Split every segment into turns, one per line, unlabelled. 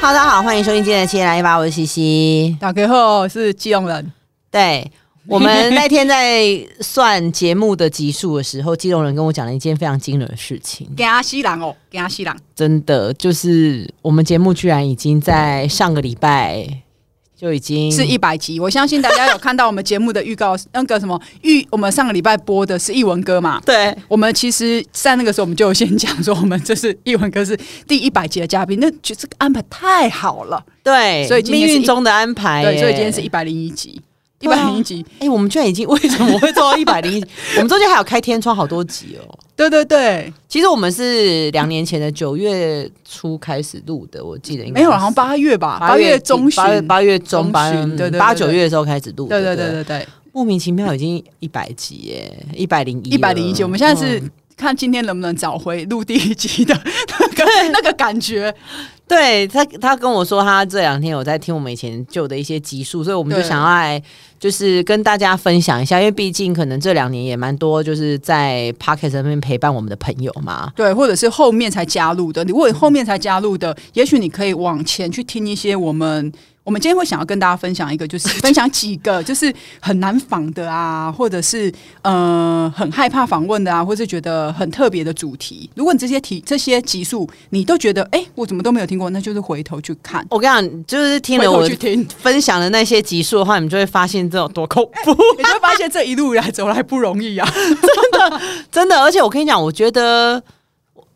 Hello，大家好，欢迎收听今天的《七来一把》，我是西西。
打开后是基隆人，
对我们那天在算节目的集数的时候，基隆人跟我讲了一件非常惊人的事情，
惊西人哦，惊西人，
真的就是我们节目居然已经在上个礼拜就已经
是一百集。我相信大家有看到我们节目的预告，那个什么预，我们上个礼拜播的是译文歌嘛。
对
我们其实，在那个时候，我们就有先讲说，我们这是译文歌是第一百集的嘉宾，那就这个安排太好了。
对，
所以今
命
天是一
运中的安排耶，
对，所以今天是一百零一集，一
对
百
啊
零一集。
哎、我们居然已经为什么会做到一百零一？ 我们中间还有开天窗好多集哦。
对对对，
其实我们是两年前的九月初开始录的，我记得应该
没有，好像八月吧，
八
啊八
月
月中旬，
八月八月中
中
八
旬对对对
八
对
九月的时候开始录的，
对对对对对，
莫名其妙已经一百集耶，一百零一，
一百零一集。我们现在是
嗯
看今天能不能找回录第一集的那个那个感觉。
对他，他跟我说他这两天有在听我们以前旧的一些集数，所以我们就
对
想要来就是跟大家分享一下，因为毕竟可能这两年也蛮多就是在 p o c k e t 上面陪伴我们的朋友嘛，
对，或者是后面才加入的。如果你后面才加入的，也许你可以往前去听一些我们。我们今天会想要跟大家分享一个，就是 分享几个就是嗯很难访的啊，或者是呃很害怕访问的啊，或是觉得很特别的主题。如果你这些题这些集数你都觉得哎、诶我怎么都没有听过，那就是回头去 看，
我跟你讲，就是听
回
了
头
我
去听，
分享的那些集数的话，你们就会发现这有多恐怖。
你就会发现这一路以来走来不容易啊。
真的，而且我跟你讲，我觉得，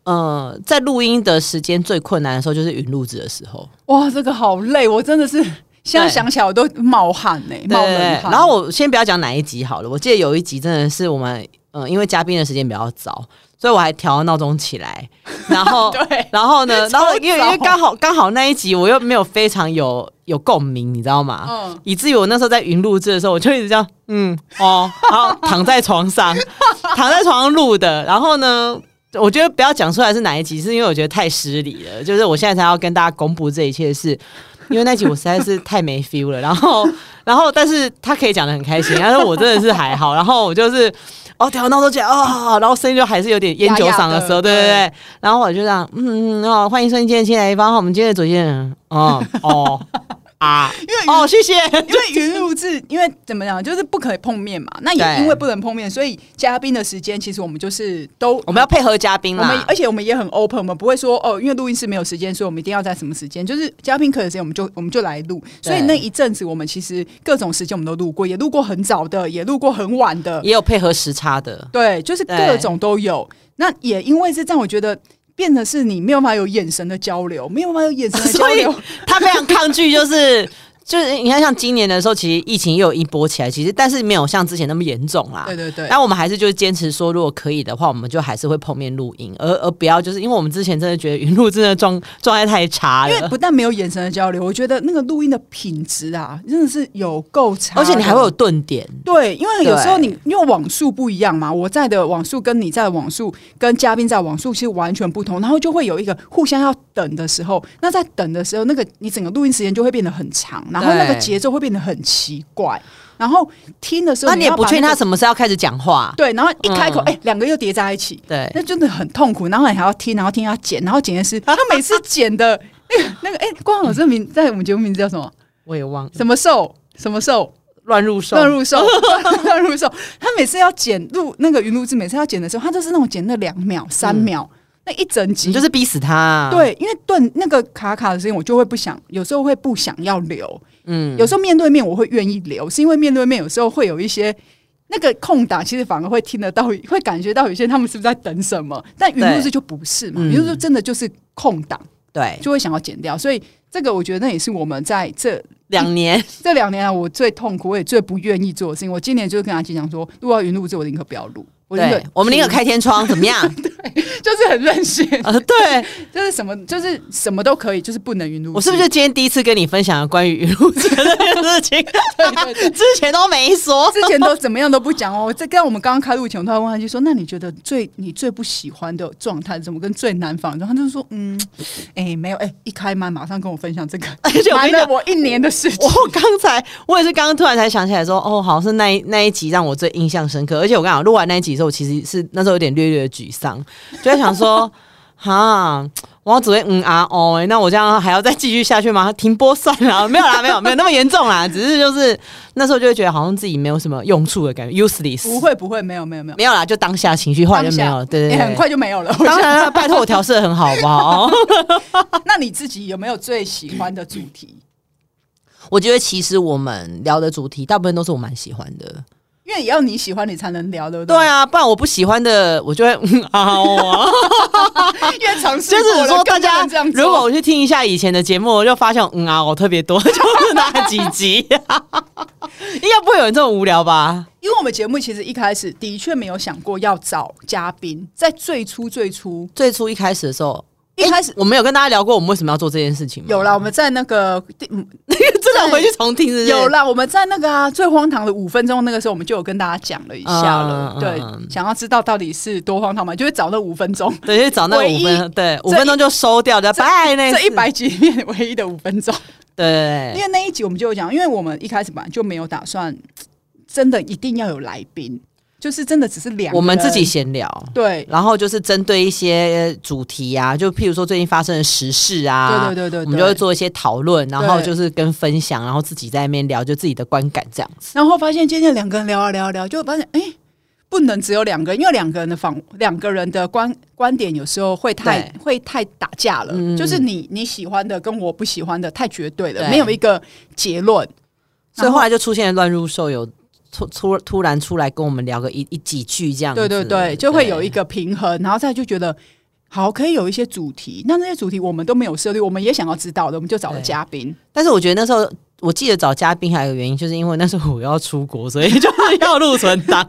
呃，在录音的时间最困难的时候就是云录制的时候，
哇，这个好累，我真的是现在
对
想起来我都冒汗呢、
对
冒冷汗。
然后我先不要讲哪一集好了，我记得有一集真的是我们，呃，因为嘉宾的时间比较早，所以我还调闹钟起 来，然后
对，
然后呢，然后
超
因为
早
因为刚好刚好那一集我又没有非常有有共鸣，你知道吗？
嗯
以至于我那时候在云录制的时候，我就一直这样，嗯，哦，然后躺在床上，躺在床上录的。然后呢，我觉得不要讲出来是哪一集，是因为我觉得太失礼了。就是我现在才要跟大家公布这一切是，因为那集我实在是太没 feel 了。然后，然后，但是他可以讲的很开心，但是我真的是还好。然后我就是。哦，调闹钟起来哦，然后声音就还是有点烟酒嗓的时候，
哑哑的
对对
对
对，然后我就这样，嗯嗯哦，欢迎收听今天的新来一方，我们今天的主持人，哦哦啊， 哦，谢谢，
因为云录制，因为怎么讲，就是不可以碰面嘛。那也
对
因为不能碰面，所以嘉宾的时间其实我们就是都
我们要配合嘉宾
我们呃
啦，
而且我们也很 open，我们不会说哦，因为录音室没有时间，所以我们一定要在什么时间，就是嘉宾可以的时间，我们就我们就来录。
对
所以那一阵子，我们其实各种时间我们都录过，也录过很早的，也录过很晚的，
也有配合时差的，
对，就是各
对
种都有。那也因为是这样，我觉得变得是你没有办法有眼神的交流，没有办法有眼神的交
所以
流。
他非常抗拒，就是。 就是你看，像今年的时候，其实疫情又有一波起来，其实但是没有像之前那么严重啦。
对对对，
但我们还是就是坚持说，如果可以的话，我们就还是会碰面录音，而而不要就是因为我们之前真的觉得云录真的状 状态太差
因为
了
不，但没有眼神的交流，我觉得那个录音的品质啊，真的是有够差 的。
而且你还会有顿点，
对，因为有时候
对
你因为网速不一样嘛，我在的网速跟你在的网速跟嘉宾在的网速其实完全不同，然后就会有一个互相要等的时候，那在等的时候，那个你整个录音时间就会变得很长，然后那个
对
节奏会变得很奇怪，然后听的时候
那你也
要
不
把
确定
那
他
个
什么时候要开始讲话。
对，然后一开口
嗯
哎，两、个又叠在一起，
对，
那真的很痛苦，然后你还要听，然后听他剪，然后剪的是他每次剪的 那个那个，哎、光老师的名在我们节目名字叫什么？
我也忘了
什么兽？什么兽？
乱入手，
乱入兽， 乱入兽。他每次要剪录那个云录制，每次要剪的时候，他就是那种剪那两秒、三秒，那一整集
嗯你就是逼死他、啊。，
对，因为顿那个卡卡的声音，我就会不想，有时候会不想要留，
嗯，
有时候面对面我会愿意留，是因为面对面有时候会有一些那个空档，其实反而会听得到，会感觉到有些他们是不是在等什么，但云录
对
制就不是嘛，
嗯
云录制真的就是空档，
对，
就会想要剪掉，所以这个我觉得那也是我们在这
两年
这两年来我最痛苦，我也最不愿意做的事情。我今年就是跟阿基讲说，如果要云录制，我宁可不要录，我宁可
对，我们宁可开天窗，怎么样？
就是很任性，
呃，对
就是什么就是什么都可以，就是不能云录制。
我是不是就今天第一次跟你分享了关于语录这件事情？
对对对
之前都没说。
之前都怎么样都不讲哦。这跟我们刚刚开录前，我突然问他就说：“那你觉得最你最不喜欢的状态是什么？跟最难访？”然后他就说：“嗯，哎、没有，哎、一开麦马上跟我分享这个，
而且我跟
瞒
你
了
讲，
我一年的事情。
我刚才我也是刚刚突然才想起来说，哦，好像是那一那一集让我最印象深刻。而且我跟你讲，录完那一集之后，其实是那时候有点略略的沮丧，就在想说。哈，我只会嗯啊哦、欸，那我这样还要再继续下去吗？停播算了，没有啦，没有，没有那么严重啦，只是就是那时候就会觉得好像自己没有什么用处的感觉，useless。
不会不会，没有没有没有，
没有啦，就当下情绪化就没有了，对对
也
对，
很快就没有了。我
当然了，啊拜托我调试的很好，好不好？
那你自己有没有最喜欢的主题？
我觉得其实我们聊的主题大部分都是我蛮喜欢的，
因为也要你喜欢，你才能聊，对不
对啊，不然我不喜欢的，我就会 嗯啊哦啊。
对？因为尝 试
就
过
是
了
说，
更
大
不
家
能这样做
如果我去听一下以前的节目，我就发现嗯啊，我特别多， 就是那几集， 应该不会有人这么无聊吧？
因为我们节目其实一开始的确没有想过要找嘉宾，在最初最初
最初一开始的时候，
一开始
我们有跟大家聊过我们为什么要做这件事情吗？
有啦，，我们在那个嗯
真的回去重听是不是
有啦，我们在那个啊最荒唐的五分钟那个时候，我们就有跟大家讲了一下
嗯嗯
了。
嗯
对，想要知道到底是多荒唐嘛，就会找那五分钟，
对，就找那
唯
五
一
分，对，五分钟就收掉的，拜那
这一
次，
百集里面唯一的五分钟。
对对
因
对，
为那一集我们就有讲，因为我们一开始本来就没有打算真的一定要有来宾，就是真的只是两个人
我们自己闲聊。
对。
然后就是针对一些主题啊，就譬如说最近发生的时事啊，
对对对对
我们就
对
会做一些讨论，然后就是跟分享，然后自己在那边聊，就自己的观感这样子。
然后发现今天两个人聊啊聊啊聊，就发现哎、诶不能只有两个人，因为两个人的访两个人的观观点有时候会太
对
会太打架了，
嗯
就是你你喜欢的跟我不喜欢的太绝对了，
对
没有一个结论。
所以后来就出现了乱入兽有突突突然出来跟我们聊个一一几句这样子，
对对对，就会有一个平衡，然后再就觉得好，可以有一些主题，那那些主题我们都没有涉猎，我们也想要知道的，我们就找了
对
嘉宾。
但是我觉得那时候。我记得找嘉宾还有一个原因，就是因为那时候我要出国，所以就是要录存档。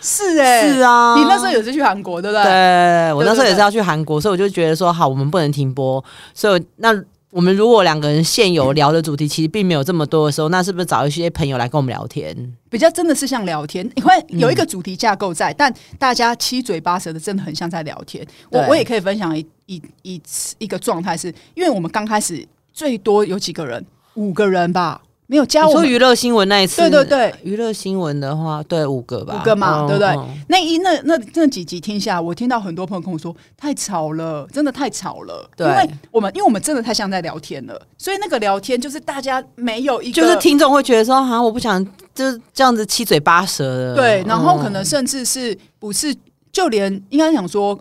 是哎、
是啊，
你那时候有是去韩国对不对？
对，我
对
那时候
对
也是要去韩国，所以我就觉得说，好，我们不能停播，所以那。我们如果两个人现有聊的主题其实并没有这么多的时候，那是不是找一些朋友来跟我们聊天？
比较真的是像聊天，因为
嗯
有一个主题架构在，但大家七嘴八舌的，真的很像在聊天。我
对
我也可以分享一一一次一个状态是，因为我们刚开始最多有几个人，五个人吧，没有加
你
啊我
说
们
娱乐新闻那一次，
对对对，
娱乐新闻的话，对五个吧，
五个嘛
嗯
对不对
嗯
那一那那那几集听下来，我听到很多朋友跟我说太吵了，真的太吵了。
对
因为我们因为我们真的太像在聊天了，所以那个聊天就是大家没有一个
就是听众会觉得说，好像我不想就是这样子七嘴八舌的。
对，然后可
嗯
能甚至是不是就连应该想说。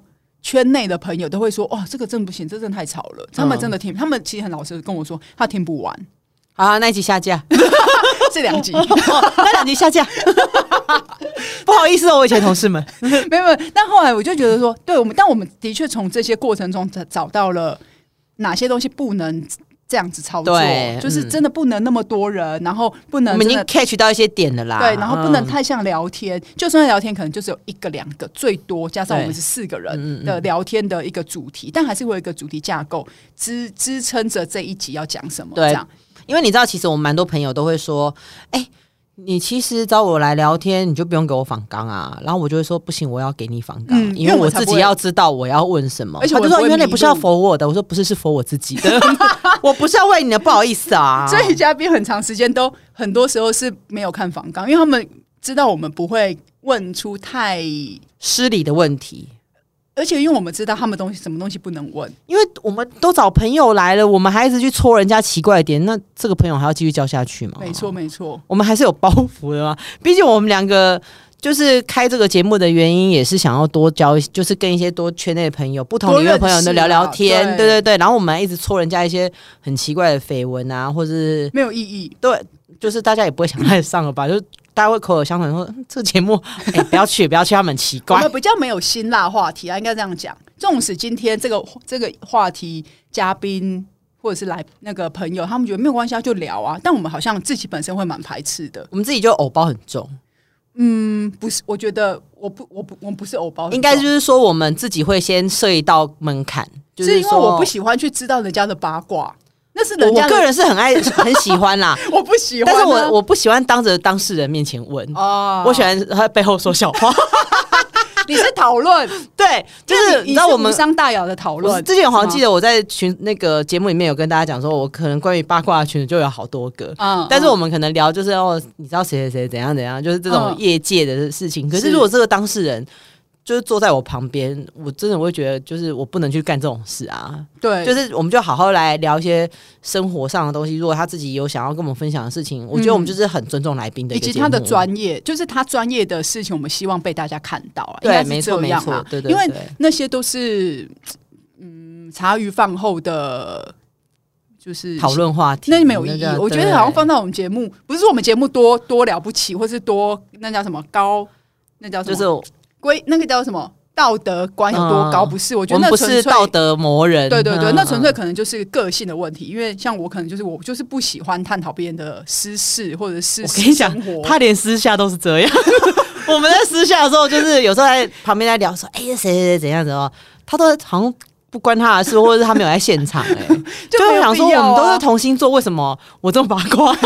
圈内的朋友都会说：“哇，这个真不行，这真的太吵了。”他们真的听，
嗯
他们其实很老实地跟我说，他听 不完
好啊，那一集下 架，
这两集。
哦那两集下架。 不好意思哦，我以前同事 们，
没有，没有。但后来我就觉得说，对我们，但我们的确从这些过程中找找到了哪些东西不能这样子操作
对，
就是
嗯
真的不能那么多人，然后不
我
能
们已
真
经
的
catch 到一些点了啦。
对，然后不能
嗯
太像聊天，就算聊天，可能就是有一个、两个，最多加上我们
对
是四个
嗯嗯
人
嗯
的聊天的一个主题，但还是会有一个主题架构支支撑着这一集要讲什么。
对
这样
因为你知道，其实我们蛮多朋友都会说，哎、你其实找我来聊天，你就不用给我访纲啊。然后我就会说，不行，我要给你访纲，
嗯
因
因为
为
我
我
才
自
不
己
会
要知道我要问什么。
而且
他
我
就
也
说，
不会
原来
迷
不是要
路
否我的，我说不是，是否我自己的， 我不是要为你的，不好意思啊。
所以嘉宾很长时间都很多时候是没有看访纲，因为他们知道我们不会问出太
失礼的问题。
而且因为我们知道他们东西什么东西不能问，
因为我们都找朋友来了，我们还一直去戳人家奇怪的点，那这个朋友还要继续交下去吗？
没错没错，
我们还是有包袱的嘛。 毕竟我们两个就是开这个节目的原因，也是想要多交，就是跟一些多圈内的朋友、不同领域的朋友都聊聊天，
多认识啊
对
对
对对。然后我们还一直戳人家一些很奇怪的绯闻啊，或是
没有意义。
对，就是大家也不会想太上了吧？就是 大家会口口相传说嗯这个节目，哎、不要去，不要去，他们很奇
我
怪
们。比较没有辛辣话题啊，应该这样讲。纵使今天这个这个话题嘉宾或者是来那个朋友，他们觉得没有关系啊，就聊啊。但我们好像自己本身会蛮排斥的。
我们自己就偶包很重，
嗯，不是，我觉得我不我不我不是偶包，
应该就是说我们自己会先设一道门槛，就是
因为
说
我不喜欢去知道人家的八卦，那是
我
人
我
家的
个人是很爱 很喜欢啦，
我不喜欢
但
啊、
是我我不喜欢当着当事人面前问，
啊，
我喜欢他在背后说小话。
你是讨论，
对， 就是
你
你知道我
你
们
是无。伤大雅的讨
我
论。
之前好像
是吗
记得我在群那个节目里面有跟大家讲说，我可能关于八卦的群组就有好多个，
嗯
但是
嗯
我们可能聊就是哦，你知道谁谁谁怎样怎样，就是这种
嗯
业界的事情。可是
是
如果这个当事人就是坐在我旁边，我真的我会觉得，就是我不能去干这种事啊。
嗯对，
就是我们就好好来聊一些生活上的东西。如果他自己有想要跟我们分享的事情，我觉得我们就是很尊重来宾的
以
一个
及
节
嗯他
目
的专业，就是他专业的事情，我们希望被大家看到啊，应
对，
该
没
是
错
这
没
样
错
啊，，
对对对，
因为那些都是嗯茶余饭后的，就是
讨。论话题
那没有意义
个，
我觉
对
得好像放到我们节目，不是说我们节目多多了不起，或是多那叫什么高，那叫什
就
么
是我
规，那个叫什么道德观有多高？
嗯
不是，我觉
我
得
们
那
不
纯粹
是道德磨人，
对对对，
嗯
那纯粹
嗯
可能就是个性的问题，因为像我可能就是我就是不喜欢探讨别人的私事或者是
我跟你讲
私生活
他连私下都是这样。 我们在私下的时候，就是有时候在旁边在聊说，哎、谁谁谁怎样怎样，他都好像不关他的事，或者是他没有在现场、哎，
就没
会
有
想说
必
我
要啊
们都是同星座，为什么我这么八卦？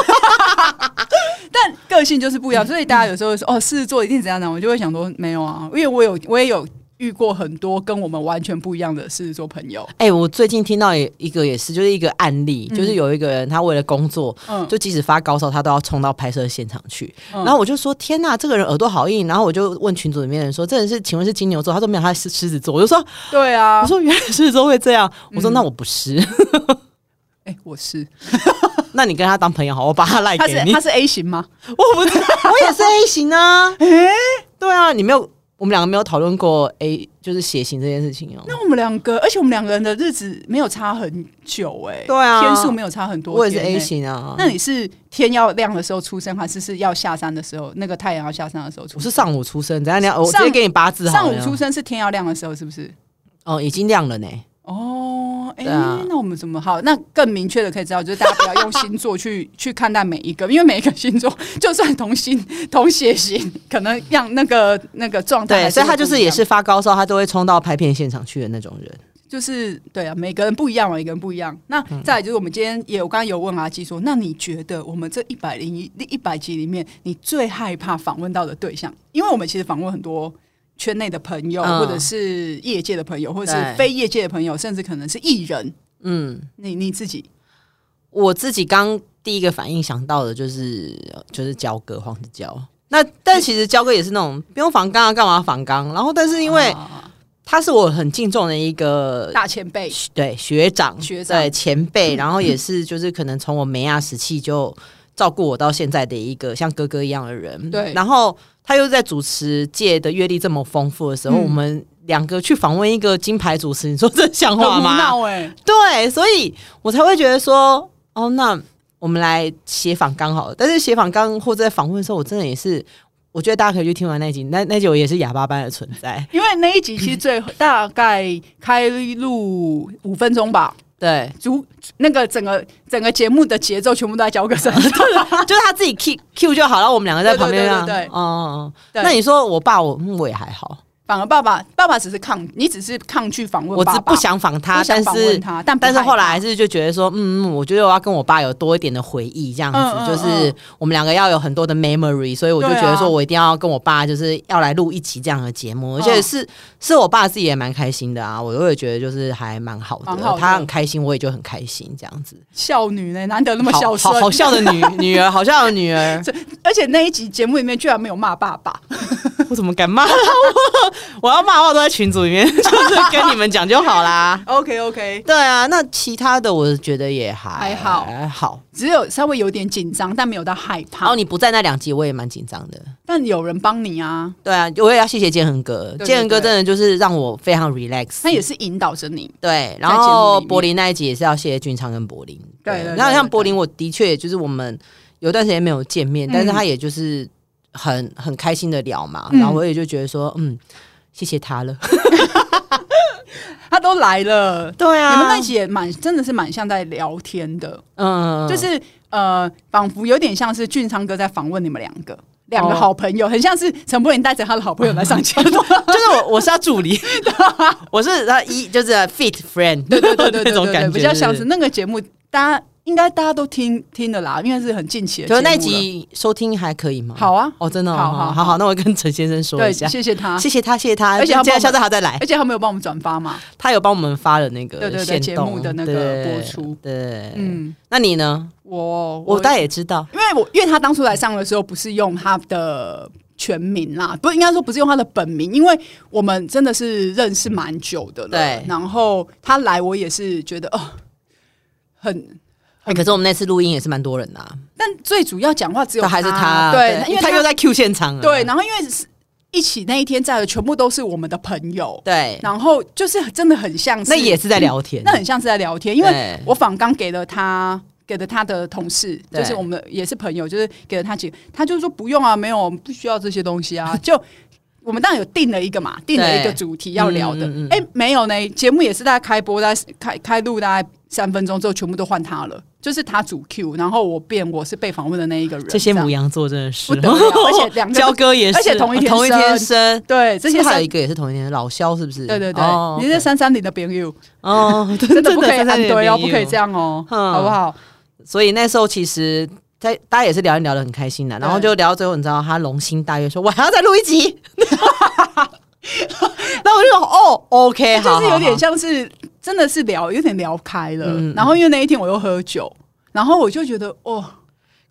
但个性就是
嗯
不一样，所以大家有时候会说哦，狮子座一定怎样呢？我就会想说没有啊，因为我有我也有遇过很多跟我们完全不一样的狮子座朋 友，
哎、我最近听到一一个也是，就是一个案例，
嗯
就是有一个人他为了工作，
嗯，
就即使发高烧，他都要冲到拍摄现场去。
嗯
然后我就说：“天呐，这个人耳朵好硬。”然后我就问群组里面的人说：“这人是请问是金牛座？”他说：“没有，他是狮子座。”我就说
对：“啊
我，说原来狮子座会这样。”我说：“
嗯
那我不是，
哎、我是
那你跟他当朋友好，我把他赖
他是
哎给你
他。是 A 型吗？
我不是，我也是 A 型 啊。对啊，你没有，我们两个没有讨论过 A 就是血型这件事情哦。
那我们两个，而且我们两个人的日子没有差很久哎、
对啊
天数没有差很多、
我也是 A
欸。
型啊。
那你是天要亮的时候出生，还是是要下山的时候，那个太阳要下山的时候出
我
生？
是上午出生，等下你要我直
上
接给你八字好
上
了。
午出生是天要亮的时候，是不是？
哦，已经亮了呢。
哦，哎、
对啊
那我们怎么好？那更明确的可以知道，就是大家不要用星座去 去看待每一个，因为每一个星座就算同星 同血型，可能让那个那个状态
对，
还
所以他
会不
就
一
是也
样
是发高烧，他都会冲到拍片现场去的那种人。
就是对啊，每个人不一样嘛，每个人不一样。那
嗯
再来就是我们今天也我刚刚有问阿基说，那你觉得我们这一百零一一百集里面，你最害怕访问到的对象？因为我们其实访问很多圈内的朋友，
嗯
或者是业界的朋友，或者
对
是非业界的朋友，甚至可能是艺人。
嗯，
你你自己
我自己刚第一个反应想到的就是就是焦哥黄子佼。那但其实焦哥也是那种不用防刚啊，干嘛防刚？然后但是因为
啊
他是我很敬重的一个
大前辈，
对学长、
学长
对前 辈，然后也是就是可能从我梅亚时期就照顾我到现在的一个像哥哥一样的人。
对
然后他又在主持界的阅历这么丰富的时候，
嗯
我们两个去访问一个金牌主持，你说这像
很
话
胡
吗？
闹哎，
对，所以我才会觉得说，哦，那我们来写访纲好了。但是写访纲或者在访问的时候，我真的也是。我觉得大家可以去听完那集，那那集我也是哑巴般的存在。
因为那一集其实最大概开录五分钟吧，
对，
主那个整个整个节目的节奏全部都在交个身上。
就是他自己 Q Q 就好，然后我们两个在旁边这样。
对对对对对
哦，
对
那你说我爸我嗯我也还好，
反而爸爸爸爸只是抗，你只是抗拒访问
我
爸
是
爸，
不想仿他，
不想
但
访问
是
他，但不
但是
害怕
后来还是就觉得说，嗯，嗯我觉得我要跟我爸有多一点的回忆，这样子，
嗯嗯
就是我们两个要有很多的 memory，所以我就
对
觉
啊
得说我一定要跟我爸就是要来录一集这样的节目，而且
嗯
是是我爸自己也蛮开心的啊，我都会觉得就是还蛮好的，
蛮哦好的
他很开心，我也就很开心这样子，
孝女呢，难得那么
好
孝顺，
好好笑的女女儿，好笑的女儿，
而且那一集节目里面居然没有骂爸爸，
我怎么敢骂他？ 我我要骂的话都在群组里面， 就是跟你们讲就好啦。
OK OK，
对啊，那其他的我觉得也还
还好
还好。
只有稍微有点紧张，但没有到害
然
怕
后。你不在那两集，我也蛮紧张的。
但有人帮你啊，
对啊，我也要谢谢建恒哥，
对
建恒哥
对
真的就是让我非常 relax。
他也是引导着你，
对，然
在节目
后
里面
柏林那一集也是要谢谢俊昌跟柏林。
对对对
那像
对
柏林，我的确就是我们有段时间没有见面，但是
嗯
他也就是很很开心的聊嘛，
嗯
然后我也就觉得说，嗯，谢谢他了。
他都来了。
对
你
啊，
们那一集也蛮，真的是蛮像在聊天的，
嗯，
就是呃，仿佛有点像是俊昌哥在访问你们两个，两个
哦
好朋友，很像是陈柏霖带着他的好朋友来上节 目，
就是我，我是他助 理，我是他一就是 fit friend，
对对对对
那
对
种
对
感觉，
比较像是。那个节目，大家应该大家都听听的啦，因为是很近期的节
就
目
是
了。
那集收听还可以吗？
好啊，
哦，真的哦，
好好
好好好，那我跟陈先生说
对，
一下，
谢谢他，
谢谢他，谢谢他，
而且他
下
帮我们
下次他再来，
而且他没有帮我们转发嘛，
他有帮我们发了那个
对对对
限
节
动
目的那个
对
播出
对，嗯，
嗯，
那你呢？
我嗯
我大概也知道，
因为我因为他当初来上的时候不是用他的全名啦，不应该说不是用他的本名，因为我们真的是认识蛮久的了。
对
然后他来，我也是觉得哦，很。
哎可是我们那次录音也是蛮多人的、啊，
但最主要讲话只有
都还是他，
对，因为
他又在 Q 现场啊，
对，然后因为是一起那一天在的全部都是我们的朋友，
对，
然后就是真的很像是，
那也是在聊天，啊
那很像是在聊天，因为
对
我仿刚给了他。给了他的同事，
对
就是我们也是朋友，就是给了他几个，他就说不用啊，没有，我们不需要这些东西啊。就我们当然有定了一个嘛，定了一个主题要聊的。哎、
嗯嗯嗯
没有呢，节目也是大概开播，大概开开录大概三分钟之后，全部都换他了，就是他主 Q，然后我变我是被访问的那一个人。
这些
样
母羊座真的是，
不得了而且两 个都
焦哥也是，
而且同一天
同一天
生
生，
对，这些
还有
三
一个也是同一天，老肖是不是？
对对对，
哦
你是三三零的朋 友，
哦，
真的不可以按对哦，
要
不可以这。样哦，
嗯
好不好？
所以那时候其实。在大家也是聊一聊得很开心的，然后
对
就聊到最后，你知道他龙心大悦说：“我还要再录一 集。”那我就说：“哦，OK，好，
就是有点
像
像是真的是聊，有点聊开了。
嗯
然后因为那一天我又喝酒，然后我就觉得哦，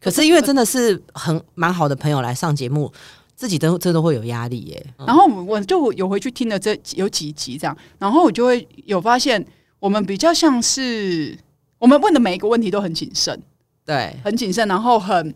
可是因为真的是很蛮好的朋友来上节目，自己都真的会有压力耶。
然后我我就有回去听了这几有几集这样，然后我就会有发现，我们比较像是我们问的每一个问题都很谨慎，
对，
很谨慎，然后很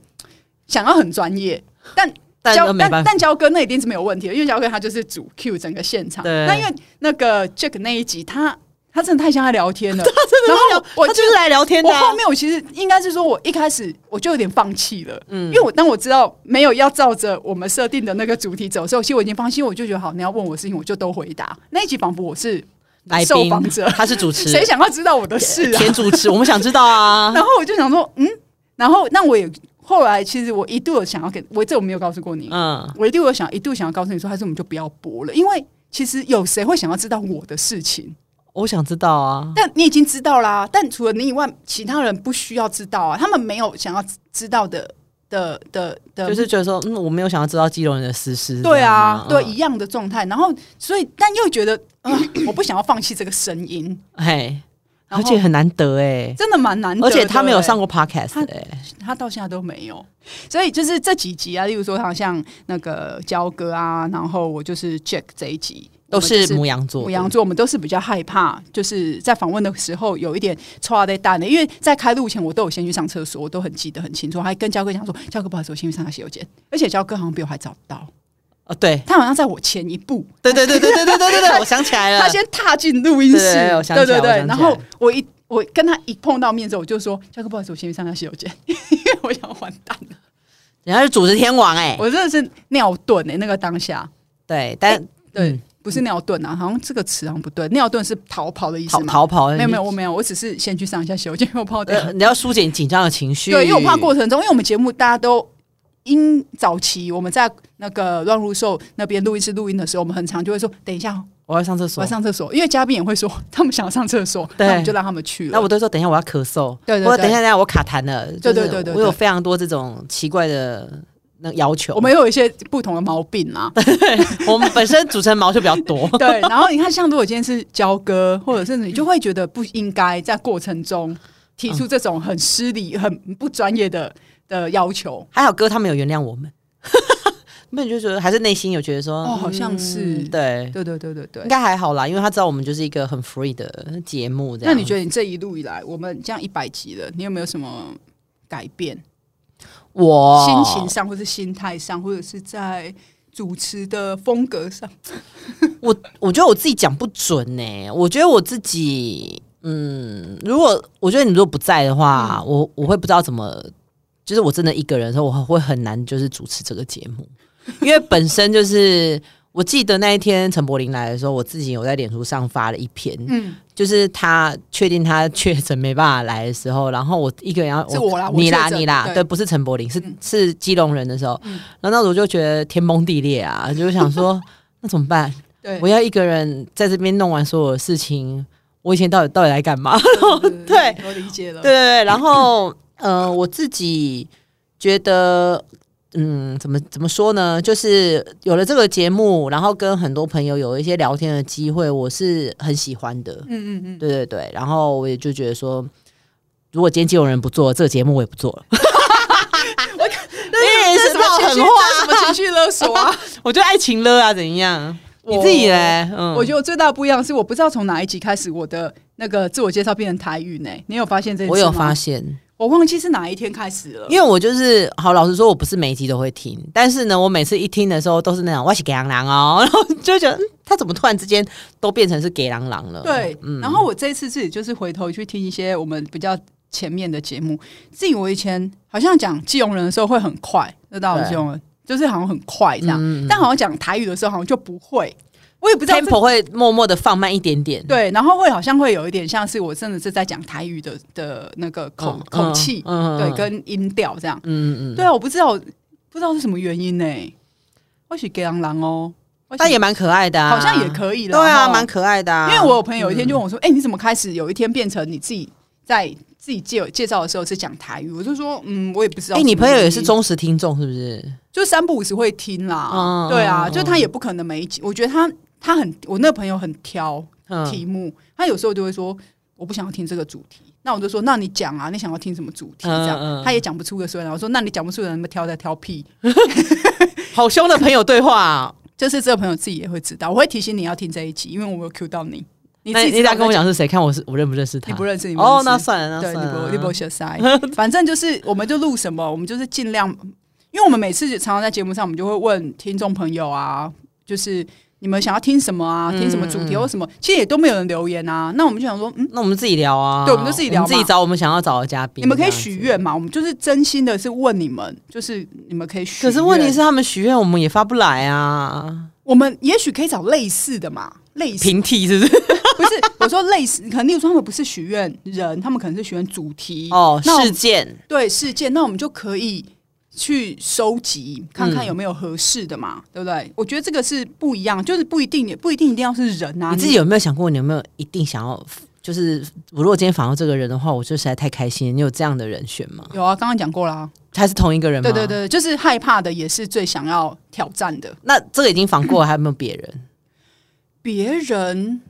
想要很专业，但
但
焦
都没
但
办法，
但焦哥那一定是没有问题的，因为焦哥他就是主 Q 整个现场。
对
那因为那个 Jack 那一集，他他真的太像在聊天了。
他真的
然后
是聊，
我
他就是来聊天的
我
啊。
后面我其实应该是说，我一开始我就有点放弃了，
嗯
因为我当我知道没有要照着我们设定的那个主题走的时候，其实我已经放弃，我就觉得好，你要问我事情，我就都回答。那一集仿佛我是
来
受
宾
访者，
他是主持人
谁，想要知道我的事啊？
田主持，我们想知道啊。
然后我就想说，嗯，然后那我也后来其实我一度有想要给我这我没有告诉过你，
嗯，
我一度有想一度想要告诉你说，还是我们就不要播了，因为其实有谁会想要知道我的事情？
我想知道啊。
但你已经知道啦，但除了你以外，其他人不需要知道啊，他们没有想要知道的的的的，
就是觉得说，嗯，我没有想要知道基隆人的私事。
对啊，
这
对
样吗嗯
一样的状态。然后，所以但又觉得、呃我不想要放弃这个声音，
嗯嘿，
然
而
后
且很难得哎，
真的蛮难得的
而且他没有
欸
上过 podcast 哎，
他到现在都没有，所以就是这几集啊，例如说好像那个焦哥啊，然后我就是 Jack 这一集
都
我们
是
就
母羊座。
母羊座，我们都是比较害怕，就是在访问的时候有一点错在蛋的，因为在开录前我都有先去上厕所，我都很记得很清楚，还跟焦哥讲说，焦哥不好意思，我先去上个洗手间，而且焦哥好像比我还早到，
哦，对，
他好像在我前一步，
对对对对对对对对对，我想起来了，
他先踏进录音室
对对对我，想起
对
来
对
我想起
对，
来
然后我一我跟他一碰到面之后，我就说，焦哥不好意思，我先去上个洗手间，因为我想完蛋了，
人家是主持天王哎，
我真的是尿遁哎、那个当下，
对，但
对，
嗯
不是尿遁啊，好像这个词好像不对，尿遁是逃跑的意思
逃
嘛。
逃跑
没有没有，我没有，我只是先去上一下洗手间，因为我怕我等一下
呃，你要疏解紧张的情绪，
对，因为我怕过程中，因为我们节目大家都因早期我们在那个乱入兽那边录音室录音的时候，我们很常就会说等一下哦
我要上厕
我
所
要，上厕所，因为嘉宾也会说 他们想上厕所，
对
那我们就让他们去了。
那我都说等一下我要咳嗽，
对对
我
对
等一下等一下我卡痰了，
对对
就是
对对对
我有非常多这种奇怪的那要求，
我们有一些不同的毛 病啊，
我们本身主持人毛就比较多，
对。然后你看，像如果今天是交割，或者是你就会觉得不应该在过程中提出这种很失礼、很不专业的的要求。
还好哥他们有原谅我们，那你就觉得还是内心有觉得说，
哦好像是
嗯对，
对对对对对
应。该还好啦，因为他知道我们就是一个很 free 的节目，这
那
样。
你觉
得
得你这一路以来，我们这样一百集了，你有没有什么改变？
我
心情上，或是心态上，或者是在主持的风格上，
我我觉得我自己讲不准呢、我觉得我自己，嗯，如果我觉得你如果不在的话，
嗯
我我会不知道怎么，就是我真的一个人的时候，我会很难就是主持这个节目，因为本身就是。我记得那一天陈柏霖来的时候，我自己有在脸书上发了一篇，
嗯，
就是他确定他确诊没办法来的时候，然后我一个人要
是我啦我
你啦
确诊
你啦，
对嗯
对，不是陈柏霖，是、是基隆人的时候，然后那时候我就觉得天崩地裂啊，就想 说那怎么办？
对
我，要一个人在这边弄完所有的事情，我以前到底到底来干嘛？ 对，
我理解了，
对对 对，然后呃，我自己觉得，嗯，怎么怎么说呢？就是有了这个节目，然后跟很多朋友有一些聊天的机会，我是很喜欢的。
嗯嗯嗯，
对对对，然后我也就觉得说， 如果今天基隆人不做这个节目，我也不做了。
这
这
是什么
套
情
狠
绪
话
这是什么情绪勒索啊？
我就爱情了啊，怎样？
我
你自己嘞？嗯，
我觉得我最大的不一样是，我不知道从哪一集开始，我的那个自我介绍变成台语呢。你有发现这件
我
事
有
吗
发，现，
我忘记是哪一天开始了。
因为我就是好老实说，我不是每一集都会听，但是呢，我每次一听的时候都是那种我是给狼狼哦， 然后就觉得、嗯、他怎么突然之间都变成是给狼狼了？
对，然后我这一次自己就是回头去听一些我们比较前面的节目，自己我以前好像讲基隆人的时候会很快，知道
对嗯
基隆人就是好像很快这样，但好像讲台语的时候好像就不会，我也不知道这
，tempo 会默默的放慢一点点，
对，然后会好像会有一点像是我真的是在讲台语的的那个口、
嗯
口气，
嗯嗯
对，
嗯
跟音调这样。
嗯嗯
对啊，我不知道不知道是什么原因呢、或许给狼狼哦，或
嗯，
许
但也蛮可爱的、啊，
好像也可以了，
对啊，
吼
蛮可爱的、啊，
因为我有朋友有一天就问我说：“哎、你怎么开始有一天变成你自己在自己介介绍的时候是讲台语？”我就说：“嗯，我也不知道。”
哎、你朋友也是，忠实听众是不是？
就三不五时会听啦。
嗯
对啊，
嗯
就他也不可能每一集。我觉得他他很，我那朋友很挑题
嗯，
目，他有时候就会说：“我不想要听这个主题。”那我就说：“那你讲啊，你想要听什么主题？”这样、
嗯嗯
他也讲不出个所以然。我说：“那你讲不出的，你们挑在挑屁。”
好凶的朋友对话、啊，
就是这个朋友自己也会知道，我会提醒你要听这一集，因为我没有 Q 到你。 你自
那
己
你
知道
俩跟我
在
讲是谁？看我是我认不认识他？
你不认识你不认识
哦，那算了，那啊
对，
算
你
了，
不你不学塞，反正就是我们就录什么，我们就是尽量，因为我们每次常常在节目上，我们就会问听众朋友啊，就是你们想要听什么啊，听什么主
嗯
题或什么，其实也都没有人留言啊。那我们就想说，嗯，
那我们自己聊啊，
对我们就自己聊嘛
我们自己找我们想要找的嘉宾，
你们可以
这样子
许。愿嘛，我们就是真心的是问你们，就是你们可以许
可
愿。
是问题是，他们许愿我们也发不来啊，
我们也许可以找类似的嘛，类似
平替是不是？
不是我说类似，可能例如说他们不是许愿人，他们可能是许愿主题
哦，
那我们
事件
对事件，那我们就可以去收
嗯
集，看看有没有合适的嘛，对不对？我觉得这个是不一样，就是不一定，也不一定一定要是人啊。
你自己有没有想过，你有没有一定想要？就是我如果今天访到这个人的话，我就实在太开心了。你有这样的人选吗？
有啊？刚刚讲过啦，
还是同一个人吗？
对对。对，就是害怕的也是最想要挑战的。
那这个已经访过了，还有没有别人？
别人，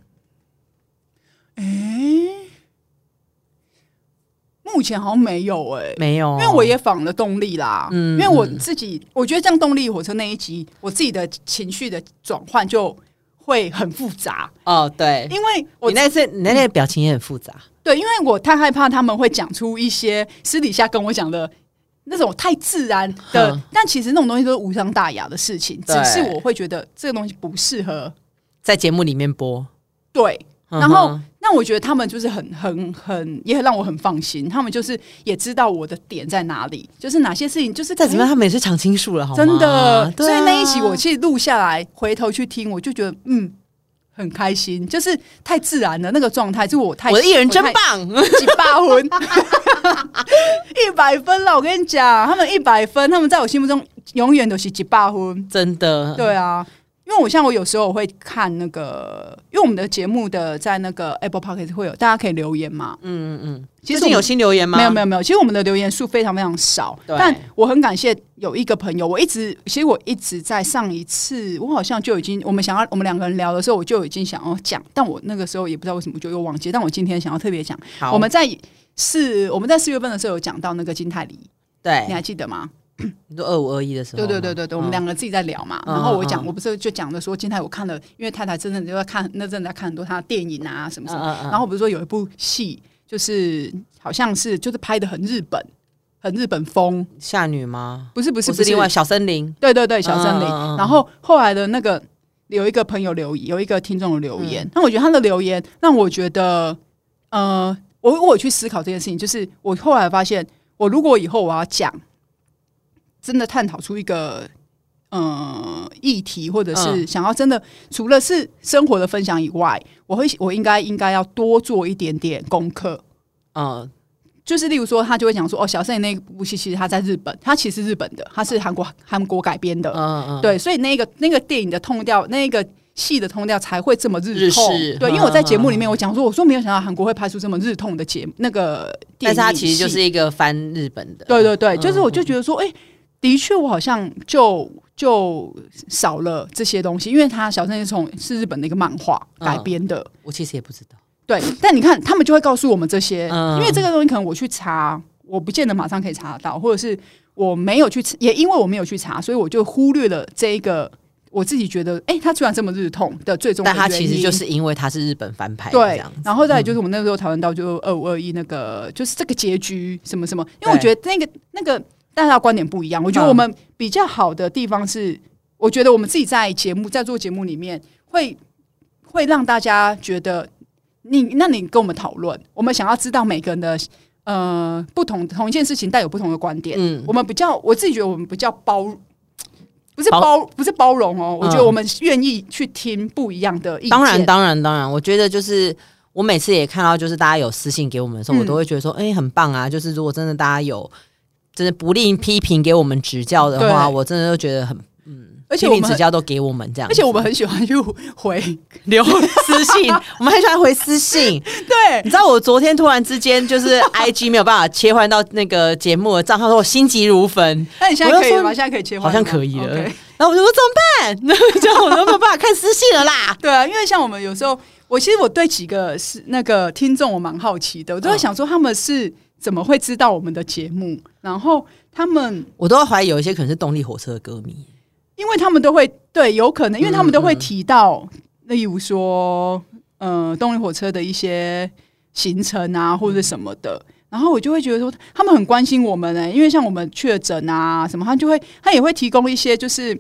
哎、目前好像没有哎、
没有，
因为我也仿了动力啦，
哦嗯
因为我自己我觉得像动力火车那一集，我自己的情绪的转换就会很复杂，
哦，对，
因为我
你那次你那天的表情也很复杂，
对，因为我太害怕他们会讲出一些私底下跟我讲的那种太自然的
嗯，
但其实那种东西都是无伤大雅的事情，只
对
是我会觉得这个东西不适合。
在节目里面播。
对，
嗯哼
然后、那我觉得他们就是很很很，也很让我很放心。他们就是也知道我的点在哪里，就是哪些事情，就是
再怎么
可以
样，他们也是常青树了，好吗？
真的，
对
所以
啊
那一集我其实录下来，回头去听，我就觉得嗯。很开心，就是太自然了，那个状态，就我太
我的艺人真
我太
棒，
几百分，一百分了。我跟你讲，他们一百分，他们在我心目中永远都是几百 分。
真的。
对啊，因为我像我有时候我会看那个，因为我们的节目的在那个 Apple Podcast 会有，大家可以留言嘛。嗯嗯嗯，其
最
实我
近
们
有新留言吗？
没有没有没有，其实我们的留言数非常非常少，
对
但我很感谢有一个朋友，我一直其实我一直在上一次，我好像就已经我们想要我们两个人聊的时候，我就已经想要讲，但我那个时候也不知道为什么就又忘记，但我今天想要特别讲，
好
我们在是我们在四月份的时候有讲到那个金泰梨，你
对，
还记得吗？
你说二五二一的时候
对
哎吗，
对对对对，我们
嗯
两个自己在聊嘛，
嗯
然后我讲
嗯
我不是就讲的说金泰我看了，因为太太真的就在看那阵子在看很多他的电影啊什么什么。
嗯嗯嗯
然后比如说有一部戏，就是好像是就是拍的很日本，很日本风，
夏女吗？
不是不是
不
不
是另外小森林，
对对对小森林。
嗯嗯嗯
然后后来的那个有一个朋友留有一个听众的留言，
嗯
那我觉得他的留言让我觉得，呃，我我有去思考这件事情，就是我后来发现，我如果以后我要讲，真的探讨出一个。呃，议题或者是
嗯
想要真的，除了是生活的分享以外，我会我应该应该要多做一点点功课，
嗯，
就是例如说，他就会讲说，哦，小森林那部戏其实他在日本，他其实是日本的，他是韩国韩国改编的，
嗯嗯，
对，所以那个那个电影的痛调，那个戏的痛调才会这么日
日
痛。
式嗯
对，因为我在节目里面我讲说，我说没有想到韩国会拍出这么日痛的节那个电
但
影戏，
是它其实就是一个翻日本的，
对对对，就是
嗯
我就觉得说，哎、的确我好像就就少了这些东西，因为他小森是从是日本的一个漫画改
嗯
编的。
我其实也不知道，
对，但你看，他们就会告诉我们这些，
嗯
因为这个东西可能我去查，我不见得马上可以查得到，或者是我没有去，也因为我没有去查，所以我就忽略了这一个。我自己觉得，哎、他居然这么日痛的最终的
但
原因，
他其实就是因为他是日本翻拍的这
对
样，嗯
然后再来就是我们那时候讨论到就二五二一那个，就是这个结局什么什么，因为我
对
觉得那个那个大家的观点不一样，我觉得
嗯
我们比较好的地方是，我觉得我们自己在节目在做节目里面会会让大家觉得你，那你跟我们讨论，我们想要知道每个人的呃不同同一件事情带有不同的观点，
嗯，
我们比较，我自己觉得我们比较包，不是
包
包，不是包容哦，我觉得
嗯
我们愿意去听不一样的意见。
当然，当然，当然，我觉得就是我每次也看到，就是大家有私信给我们的时候，
嗯
我都会觉得说，哎、很棒啊！就是如果真的大家有真的不吝批评给我们指教的话，
对
我真的都觉得很，
而且
批
我
评
们
指
很，
教都给我们这样子，
而且我们很喜欢去回，
留私信，
我们很喜欢回私信。
对
你知道我昨天突然之间就是 I G 没有办法切换到那个节目的账号，说我心急如焚，
那你现在
我
可
就
以
说
了吗？现在可以切换
好
了吗，
像可以了
OK
然后我就说怎么办？这 样我都没有办法看私信了啦。
对啊，因为像我们有时候，我其实我对几个是那个听众，我蛮好奇的，我都在
嗯
想说他们是怎么会知道我们的节目，然后他们。
我都会怀疑有一些可能是动力火车的歌迷，
因为他们都会对，有可能，因为他们都会
嗯嗯
提到，例如说，呃，动力火车的一些行程啊，或者什么的。然后我就会觉得说，他们很关心我们呢、欸因为像我们确诊啊什么，他就会他也会提供一些就是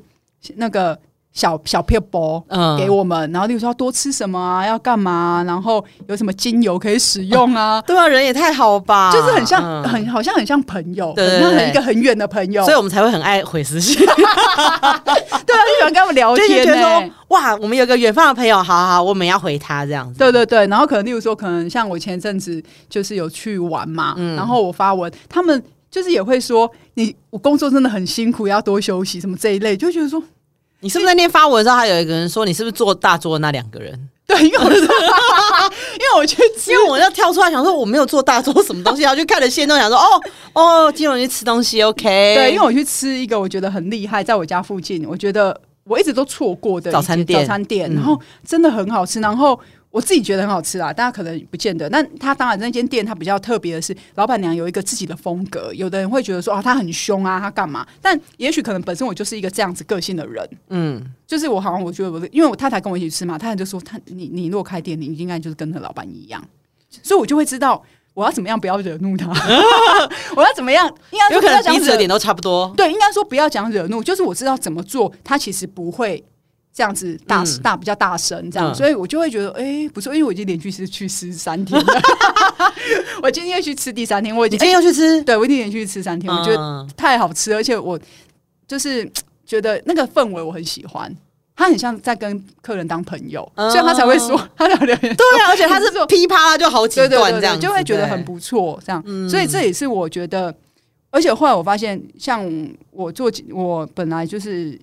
那个小小撇包
嗯，
给我们，然后例如说要多吃什么啊，要干嘛啊、然后有什么精油可以使 用啊，
对啊，人也太好吧，
就是很像、
嗯
很好像很像朋友，
对对
很像
对
很一个很远的朋友，
所以我们才会很爱回私 信。
对啊，就喜欢跟他们聊
就是
天、欸，
觉得说，哇，我们有个远方的朋友，好好好，我们要回他这样子。
对对对，然后可能例如说，可能像我前一阵子就是有去玩嘛，然后我发文，他们就是也会说你我工作真的很辛苦，要多休息什么这一类，就觉得说
你是不是那天发文的时候，还有一个人说你是不是坐大桌的那两个人？
对，因为我 因为我去 吃
因为我要跳出来想说我没有坐大桌什么东西，然后就看了线动，想说哦哦，金融去吃东西，OK。
对，因为我去吃一个我觉得很厉害，在我家附近，我觉得我一直都错过的一间
早餐店嗯
早餐店，然后真的很好吃，然后。我自己觉得很好吃啦，大家可能不见得。那他当然那间店，它比较特别的是，老板娘有一个自己的风格。有的人会觉得说，哦，她很凶啊，她干嘛？但也许可能本身我就是一个这样子个性的人，
嗯，
就是我好像我觉得我的，因为我太太跟我一起吃嘛，太太就说她你你如果开店，你应该就是跟那老板一样，所以我就会知道我要怎么样不要惹怒他， 我要怎么样应该
有
说不
可
要
能
讲
彼此
惹
的点都差不多。
对，应该说不要讲惹怒，就是我知道怎么做，他其实不会这样子大、
嗯
大比较大声这样，
嗯
所以我就会觉得哎、不错，因为我已经连续是去吃三天了， 我今天要去吃第三天，我已
你
经
哎今天要去吃，
对我已经连续吃三天，我觉得
嗯
太好吃，而且我就是觉得那个氛围我很喜欢。他很像在跟客人当朋友，
嗯
所以他才会说他的留言，
对啊，而且他是
就是说
噼啪啦就好几
对哦对
段
对
这样
对，
子，
就会觉得
对嗯
很。不错这样。所以这也是我觉得，而且后来我发现，像我做我本来就是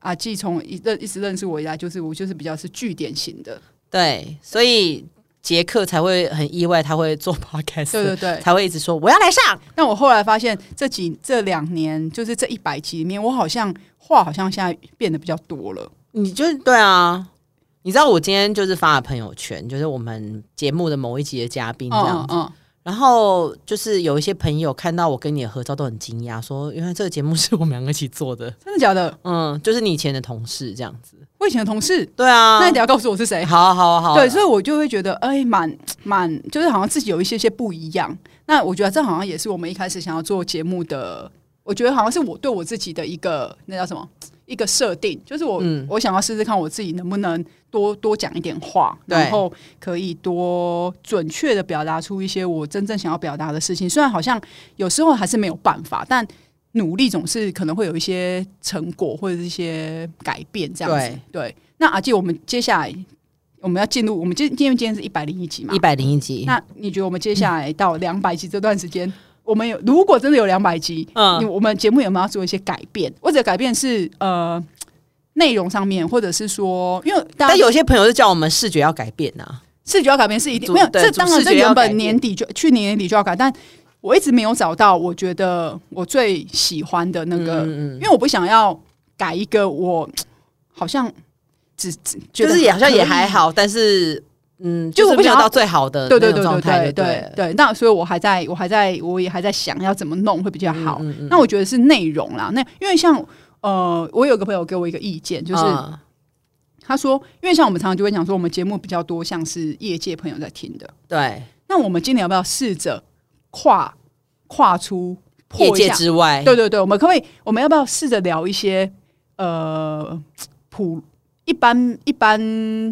阿季从一认一直认识我以来，就是我就是比较是据点型的，
对，所以杰克才会很意外，他会做 podcast，
对对对。
才会一直说我要来上。
但我后来发现这几这两年，就是这一百集里面，我好像话好像现在变得比较多了。
你就是对啊，你知道我今天就是发了朋友圈，就是我们节目的某一集的嘉宾这样
嗯嗯
子，
嗯，
然后就是有一些朋友看到我跟你的合照都很惊讶，说原来这个节目是我们两个一起做的，
真的假的？
嗯，就是你以前的同事这样子，
我以前的同事，
对啊，
那你等一下告诉我是谁。
好啊好啊好啊，
对，所以我就会觉得，哎、蛮蛮，就是好像自己有一些些不一样。那我觉得这好像也是我们一开始想要做节目的，我觉得好像是我对我自己的一个那叫什么一个设定，就是我、
嗯
我想要试试看我自己能不能多多讲一点话，
对
然后可以多准确的表达出一些我真正想要表达的事情。虽然好像有时候还是没有办法，但。努力总是可能会有一些成果或者是一些改变，这样子。对，那阿季，我们接下来我们要进入，我们今今天今天是一百零一集嘛
一？百零一集，
那你觉得我们接下来到两百集这段时间，我们有如果真的有两百集，
嗯
你我们节目有没有要做一些改变？或者改变是呃内容上面，或者是说，因为大家
但有些朋友就叫我们视觉要改变啊，
视觉要改变是一定
主
没有，
对
这
主
当然
视
这
觉
原
要改变
本年底就去年年底就要改，但我一直没有找到我觉得我最喜欢的那个，
嗯
因为我不想要改一个我好像只只觉
就
得
是也好像
可
也
以
还好，但是嗯，
就是我不
没有
想要
到最好的
对
那
对
种
对
状
对
态，
对
对
对对，那所以我还在我还在我也还在想要怎么弄会比较好。
嗯嗯嗯
那我觉得是内容啦，那因为像呃，我有个朋友给我一个意见，就是
嗯
他说，因为像我们常常就会讲说，我们节目比较多像是业界朋友在听的，
对
那我们今年要不要试着跨跨出破
业
一
界
下
之外，
对对对，我们可不可以？我们要不要试着聊一些呃普一般一般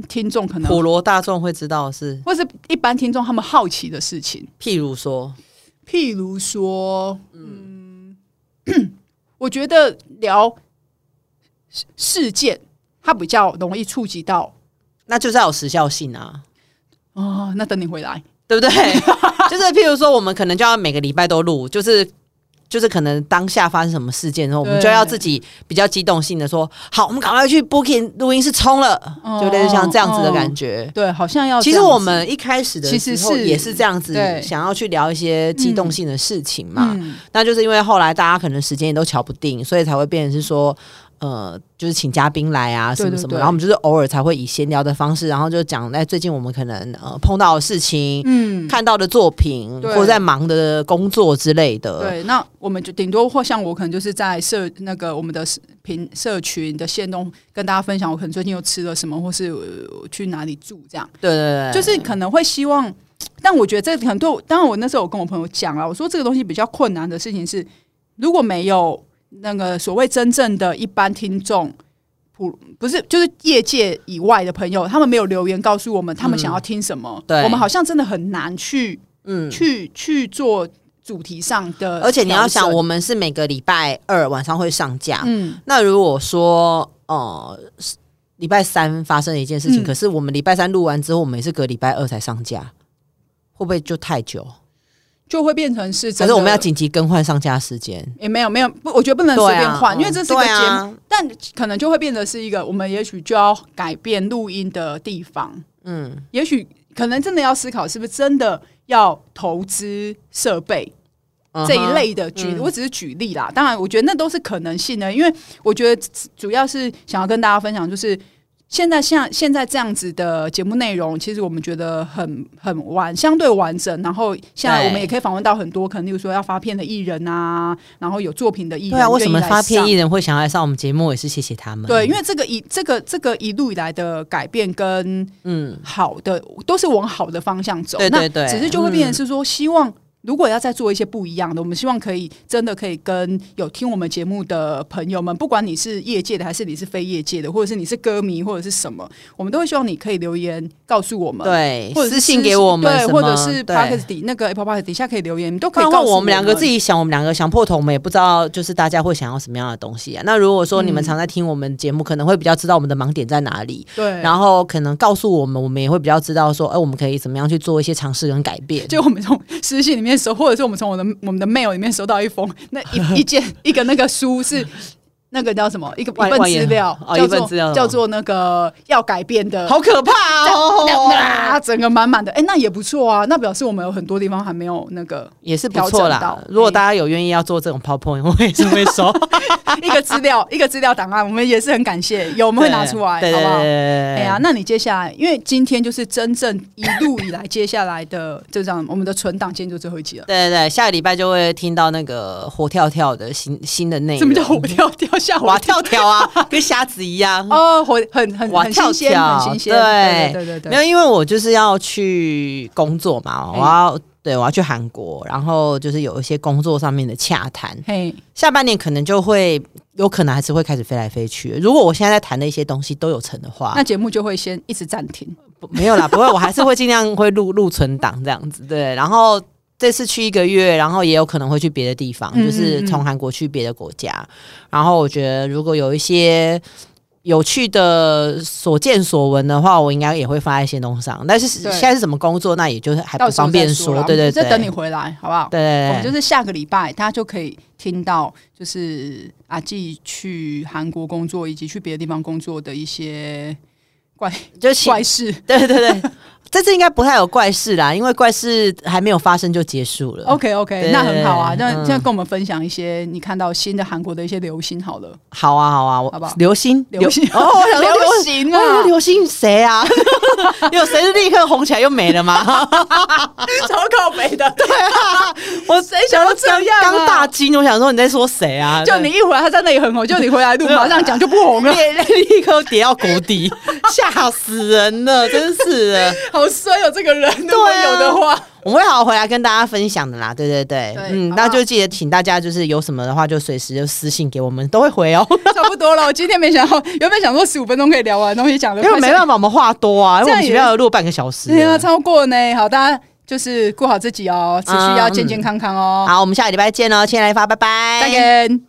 听众可能
普罗大众会知道的是，
或是一般听众他们好奇的事情，
譬如说，
譬如说，嗯， 我觉得聊事事件，它比较容易触及到
那就是要有时效性啊，
哦。那等你回来，
对 不对？就是譬如说，我们可能就要每个礼拜都录，就是。就是可能当下发生什么事件之后，我们
对
就要自己比较机动性的说，好，我们赶快去 Booking 录音室冲了，
哦
就类似像这样子的感觉。
对，好像要
其
哦这
实
样
我
子
们一开始的
其实
时候
是
也是这样子
对，
想要去聊一些机动性的事情嘛。
嗯
那就是因为后来大家可能时间也都瞧不定，所以才会变成是说，呃，就是请嘉宾来啊，什
对
么
对
什么，
对
然后我们就是偶尔才会以闲聊的方式，然后就讲哎，最近我们可能呃碰到的事情、
嗯，
看到的作品，
对
或者在忙的工作之类的。
对，那我们就顶多或像我可能就是在社那个我们的社平社群的线动跟大家分享，我可能最近又吃了什么，或是、呃去哪里住这样，
对对对，
就是可能会希望。但我觉得这很多，当然我那时候有跟我朋友讲啊了，我说这个东西比较困难的事情是，如果没有那个所谓真正的一般听众。普不是，就是业界以外的朋友，他们没有留言告诉我们他们想要听什么，
嗯对
我们好像真的很难去
嗯。
去去做主题上的，
而且你要想，我，们是每个礼拜二晚上会上架，
嗯，
那如果说呃是礼拜三发生了一件事情，
嗯
可是我们礼拜三录完之后，我们也是隔礼拜二才上架，会不会就太久？
就会变成是真的，
可是我们要紧急更换上架时间，
也没有没有不，我觉得不能嗯随便换，
对啊
因为这是一个
对
节目，
啊
但可能就会变得是一个，我们也许就要改变录音的地方，
嗯，
也许可能真的要思考是不是真的要投资设备。
嗯
这一
哼，嗯
类的举，我只是举例啦。当然，我觉得那都是可能性的，因为我觉得主要是想要跟大家分享，就是现在像现在这样子的节目内容，其实我们觉得很很完相对完整。然后现在
对
我们也可以访问到很多，可能例如说要发片的艺人啊，然后有作品的艺人，
对啊，为什么
愿意来
发片
上
艺人会想要来上我们节目，也是谢谢他们。
对，因为这个一这个这个一路以来的改变跟
嗯，
好的都是往好的方向走。
对对对
那只是就会变成是说，希望如果要再做一些不一样的，我们希望可以真的可以跟有听我们节目的朋友们，不管你是业界的还是你是非业界的，或者是你是歌迷或者是什么，我们都会希望你可以留言告诉我们。。
对，
或者是
私信给我们什
对，
么，
或者是 p
对
o c k e t 底那个 Apple p o c k e t 底下可以留言，你都
不
可以
然
告
的话，
诉
我们两个自
己
己想，我们两个想破头，我们也不知道，就是大家会想要什么样的东西啊。那如果说你们
嗯
常在听我们节目，可能会比较知道我们的盲点在哪里。
对，
然后可能告诉我们，我们也会比较知道说，哎、我们可以怎么样去做一些尝试跟改变。
就我们从私信里面收，或者是我们从我的我们的 mail 里面收到一封那一一件一个那个书是。那个叫什么？一个
万
一份
万言
资料，
哦
叫
一份资料
做叫做那个要改变的，
好可怕哦！
啊，整个满满的。哎、那也不错啊，那表示我们有很多地方还没有 那个
也是不错
调整到
啦。如果大家有愿意要做这种 PowerPoint，我也是会 收，
一个资料一个资料档案，我们也是很感谢，有我们会拿出来，
对
好
对
不好？
对
哎呀，那你接下来，因为今天就是真正一路以来接下来的就这样，我们的存档今天就最后一集了。
对对对，下个礼拜就会听到那个活跳跳的新新的内容。
什么叫我跳跳下我
哇跳跳啊？ 跟瞎子一样。
哦，很很很
嗯哇
很
跳
新鲜，
跳
很新鲜，
对
对对对
没
对
有，因为我就是要去工作嘛，我要对我要去韩国，然后就是有一些工作上面的洽谈。
嘿，
下半年可能就会有可能还是会开始飞来飞去。如果我现在在谈的一些东西都有成的话
那，节目就会先一直暂停。
不没有啦， 不会，我还是会尽量会录录存档这样子。对，然后这次去一个月，然后也有可能会去别的地方，
嗯
就是从韩国去别的国家。然后我觉得如果有一些。有趣的所见所闻的话，我应该也会发在行动上。但是
对
现在是什么工作，那也就是还
到
不
时候
方
再
便
说啦
对对对，
再等你回来，好不好？
对
我
对
们
对，
就是下个礼拜，大家就可以听到，就是阿纪去韩国工作以及去别的地方工作的一些怪
就请
怪事。
对对对，但这应该不太有怪事啦，因为怪事还没有发生就结束了。
OK OK，
对
那很好啊。那
嗯
现在跟我们分享一些你看到新的韩国的一些流行 好了，
好啊，好啊，我
好不好
流星，
流星
哦，我想说
流行啊
我想说流星谁啊？ 有谁是立刻红起来又没了 吗？
超靠北的。
我谁想
到这样啊
刚刚大惊，我想说你在说谁啊？
就你一回来，他在那里很红；就你回来 路马上讲就不红了，
对立 立刻跌到谷底， 吓死人了，真是的。
好衰哦，这个人。如果
对啊
有的话，
我会好好回来跟大家分享的啦，对对对，
对
嗯，
好不
那
好
就记得请大家就是有什么的话就随时就私信给我们，都会回哦。
差不多了。我今天没想到，原本想说十五分钟可以聊完东西，讲的
因为没办法，我们话多啊，因为我们
这样也
前面要录半个小时。
对啊，超过呢。好，大家就是顾好自己哦，持续要
嗯
健健康康哦。
哦好，我们下个礼拜见喽，亲爱的发，拜拜，
再见。